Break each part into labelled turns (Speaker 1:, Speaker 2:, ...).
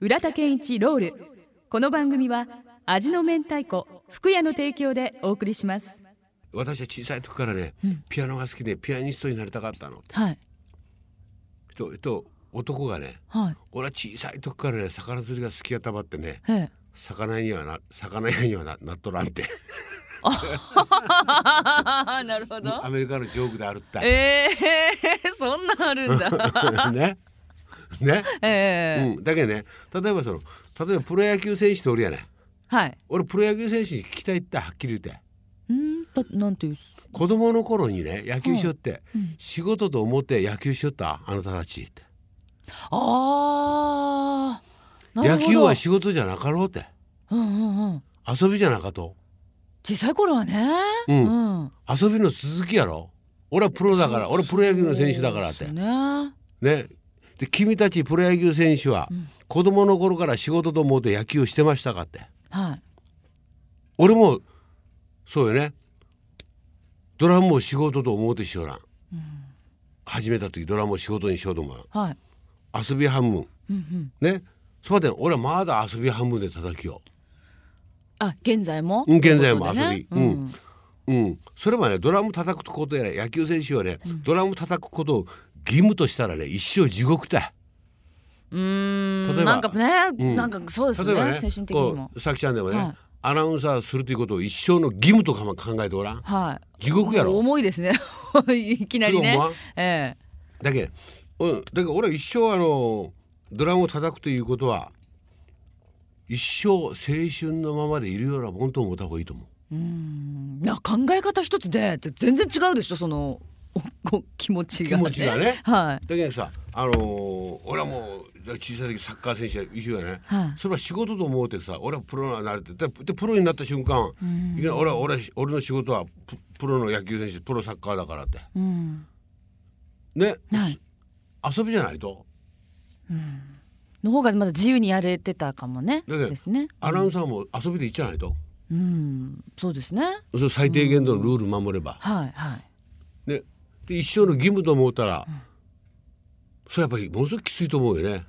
Speaker 1: 浦田健一ロールこの番組は味の明太子福屋の提供でお送りします
Speaker 2: 私は小さい時からね、ピアノが好きでピアニストになりたかったの
Speaker 3: はい
Speaker 2: とと男がね
Speaker 3: はい
Speaker 2: 俺は小さい時からね魚釣りが好きやたまってね
Speaker 3: え え
Speaker 2: 魚屋にはな魚屋にはななっとらんって
Speaker 3: なるほど
Speaker 2: アメリカのジョークであるったい
Speaker 3: ええ そんなんあるん だ
Speaker 2: ねね、
Speaker 3: ええ
Speaker 2: うん、だけどね例えばその例えばプロ野球選手と俺やね
Speaker 3: はい
Speaker 2: 俺プロ野球選手に聞きたいってはっきり言って
Speaker 3: うんだなんていう
Speaker 2: 子供の頃にね野球しよって、
Speaker 3: うん
Speaker 2: 仕事と思って野球しよったあなたたちって
Speaker 3: ああ
Speaker 2: 野球は仕事じゃなかろうって
Speaker 3: うんうんうん
Speaker 2: 遊びじゃなかと
Speaker 3: 小さい頃はね
Speaker 2: うん
Speaker 3: ん
Speaker 2: 遊びの続きやろ俺はプロだから俺プロ野球の選手だからっ
Speaker 3: そ
Speaker 2: て
Speaker 3: うですね
Speaker 2: ねで君たちプロ野球選手は
Speaker 3: うん
Speaker 2: 子供の頃から仕事と思って野球をしてましたかって
Speaker 3: はい
Speaker 2: 俺もそうよねドラムを仕事と思うてしようらん
Speaker 3: うん
Speaker 2: 始めた時ドラムを仕事にしようと思う
Speaker 3: はい
Speaker 2: 遊び半分
Speaker 3: うんうん
Speaker 2: ねそうで俺はまだ遊び半分で叩きよ
Speaker 3: あ現在も
Speaker 2: うん現在も遊び
Speaker 3: ということで
Speaker 2: うんうん、それはねドラム叩くことやら野球選手はね、ドラム叩くことを義務としたらね一生地獄だ
Speaker 3: うーん
Speaker 2: 例えば
Speaker 3: なんかね、
Speaker 2: うん
Speaker 3: なんかそうです
Speaker 2: 例
Speaker 3: ね
Speaker 2: えばね
Speaker 3: 精神的に
Speaker 2: こ
Speaker 3: も
Speaker 2: うさきちゃんでもね、
Speaker 3: はい
Speaker 2: アナウンサーするということを一生の義務とかも考えておらん
Speaker 3: はい
Speaker 2: 地獄やろ
Speaker 3: 重いですね いきなり
Speaker 2: そう
Speaker 3: ね
Speaker 2: 思わん
Speaker 3: ええ
Speaker 2: だけど、うん、だけど俺は一生あのドラムを叩くということは一生青春のままでいるようなもんと思った方がいいと思う。
Speaker 3: うーんいや考え方一つでって全然違うでしょそのお こう気持ちが、
Speaker 2: 気持ちがね
Speaker 3: はい
Speaker 2: だけどさ、あのー俺はもう小さい時サッカー選手や一緒やね、
Speaker 3: はい
Speaker 2: それは仕事と思うてさ俺はプロになれてででプロになった瞬間いきなり俺は俺は俺の仕事はププロの野球選手プロサッカーだからって
Speaker 3: うん
Speaker 2: ね、
Speaker 3: はい
Speaker 2: す遊びじゃないと
Speaker 3: の方がまだ自由にやれてたかもね
Speaker 2: だけど
Speaker 3: ですね
Speaker 2: アナウンサーも遊びでいっちゃないと、
Speaker 3: うんそうですね
Speaker 2: それ最低限度のルール守れば、
Speaker 3: はいはい
Speaker 2: ね、で一生の義務と思ったら、それやっぱりものすごくきついと思うよね、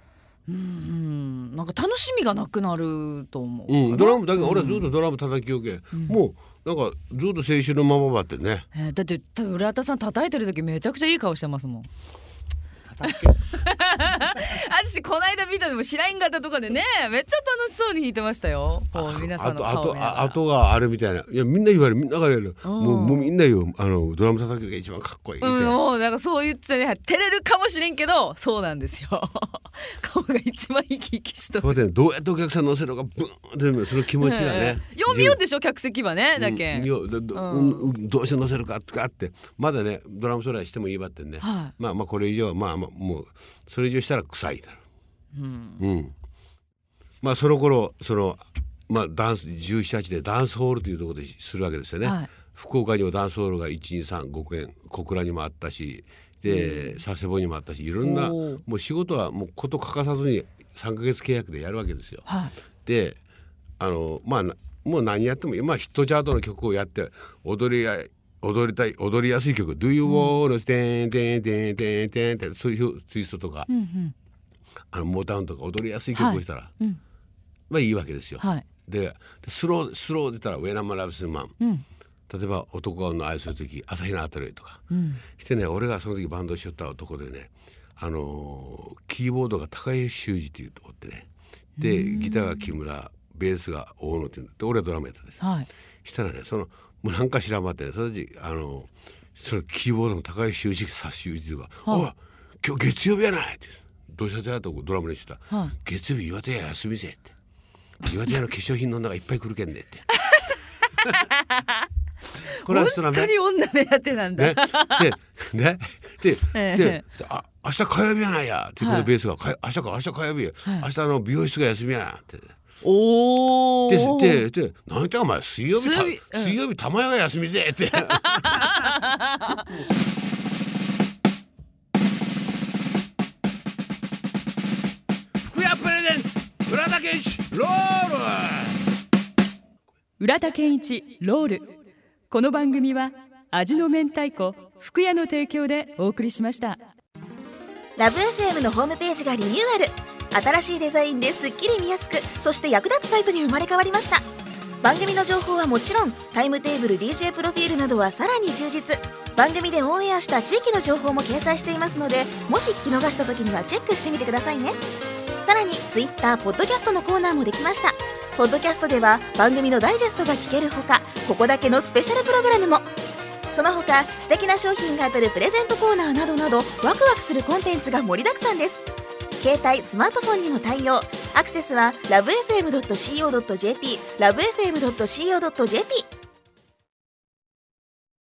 Speaker 3: うんうんなんか楽しみがなくなると思う、
Speaker 2: うん、ドラムだけど俺はずっとドラム叩きよけ、もうなんかずっと青春のままばってね
Speaker 3: えーだって多分浦田さん叩いてる時めちゃくちゃいい顔してますもん。 私この間見たでも白井型とかでねめっちゃ楽しそうに弾いてましたよ。こう皆さ
Speaker 2: あ
Speaker 3: んの
Speaker 2: とあ
Speaker 3: 顔を
Speaker 2: と
Speaker 3: 見ながら
Speaker 2: ああとがあれみたいないやみんな言われるみんなが言われる、
Speaker 3: うん
Speaker 2: もうもうみんな言うあのドラム叩きが一番かっこいいって、
Speaker 3: うん、もうなんかそう言ってね照れるかもしれんけどそうなんですよ 顔が一番生き生きしと
Speaker 2: そ
Speaker 3: る、
Speaker 2: うだよねどうやってお客さん乗せるのかブーンってその気持ちがね、
Speaker 3: えーよう見ようでしょ客席はねだけ、
Speaker 2: うんよどど
Speaker 3: うん
Speaker 2: うんどうして乗せるかとかってまだねドラムソロはしてもいいばってんね、
Speaker 3: は
Speaker 2: まあまあこれ以上はまあまあもうそれ以上したら臭いだろ
Speaker 3: い、うん、
Speaker 2: う、ん、まあその頃そのまあダンス1718でダンスホールというところでするわけですよね、
Speaker 3: はい
Speaker 2: 福岡にもダンスホールが1235軒小倉にもあったしで佐世保にもあったしいろんな
Speaker 3: お
Speaker 2: も
Speaker 3: ー
Speaker 2: う仕事はもうこと欠かさずに3ヶ月契約でやるわけですよ。
Speaker 3: はい
Speaker 2: であのまあなもう何やっても今、まあ、ヒットチャートの曲をやって踊りや踊りたい踊りやすい曲「Do You Wanna Stand Stand Stand Stand Stand」ってそういうツイストとか、
Speaker 3: うんうん
Speaker 2: あのモータウンとか踊りやすい曲をしたら、
Speaker 3: うん
Speaker 2: まあいいわけですよ。
Speaker 3: はい
Speaker 2: ででスロースローで言ったら「When I'm a l o v e s Man
Speaker 3: うん」
Speaker 2: 例えば「男が女を愛する時朝日のアトリエ」とか
Speaker 3: うん
Speaker 2: してね俺がその時バンドをしよった男でねあのーキーボードが高江修二っていうとこってねでギターが木村ベースが大野っていうんだで俺はドラムやったんです
Speaker 3: はい
Speaker 2: したらねそのもうなんか知らんばってねその時あのーそのキーボードの高江修二さ修二が「おい今日月曜日やない!」って「どうしたってや?」とドラム練習したら
Speaker 3: はい
Speaker 2: 「月曜日岩手屋休みぜ」って「岩手屋の化粧品の女がいっぱい来るけんね」って これは人なめ
Speaker 3: 本当に女目当てなんだ、
Speaker 2: ね、で、ね、で、
Speaker 3: ええ
Speaker 2: で、あ、明日火曜日やないや、っていうこと
Speaker 3: は
Speaker 2: でベ
Speaker 3: い
Speaker 2: ースが、かよ明日か、明日火曜日や、明日あの美容室が休みやなって。
Speaker 3: おお
Speaker 2: で、で、で、なん言ったかお前、水曜日た、
Speaker 3: 水うん
Speaker 2: 水曜日玉屋が休みぜ って。福屋プレゼンツ、浦田健一、ロール。
Speaker 1: 浦田健一ロールこの番組は味の明太子福屋の提供でお送りしました
Speaker 4: ラブ f m のホームページがリニューアル新しいデザインですっきり見やすくそして役立つサイトに生まれ変わりました番組の情報はもちろんタイムテーブル DJ プロフィールなどはさらに充実番組でオンエアした地域の情報も掲載していますのでもし聞き逃した時にはチェックしてみてくださいねさらに Twitter ポッドキャストのコーナーもできましたポッドキャストでは番組のダイジェストが聞けるほかここだけのスペシャルプログラムもその他素敵な商品が当たるプレゼントコーナーなどなどワクワクするコンテンツが盛りだくさんです携帯スマートフォンにも対応アクセスはラブ FM.co.jp ラブ FM.co.jp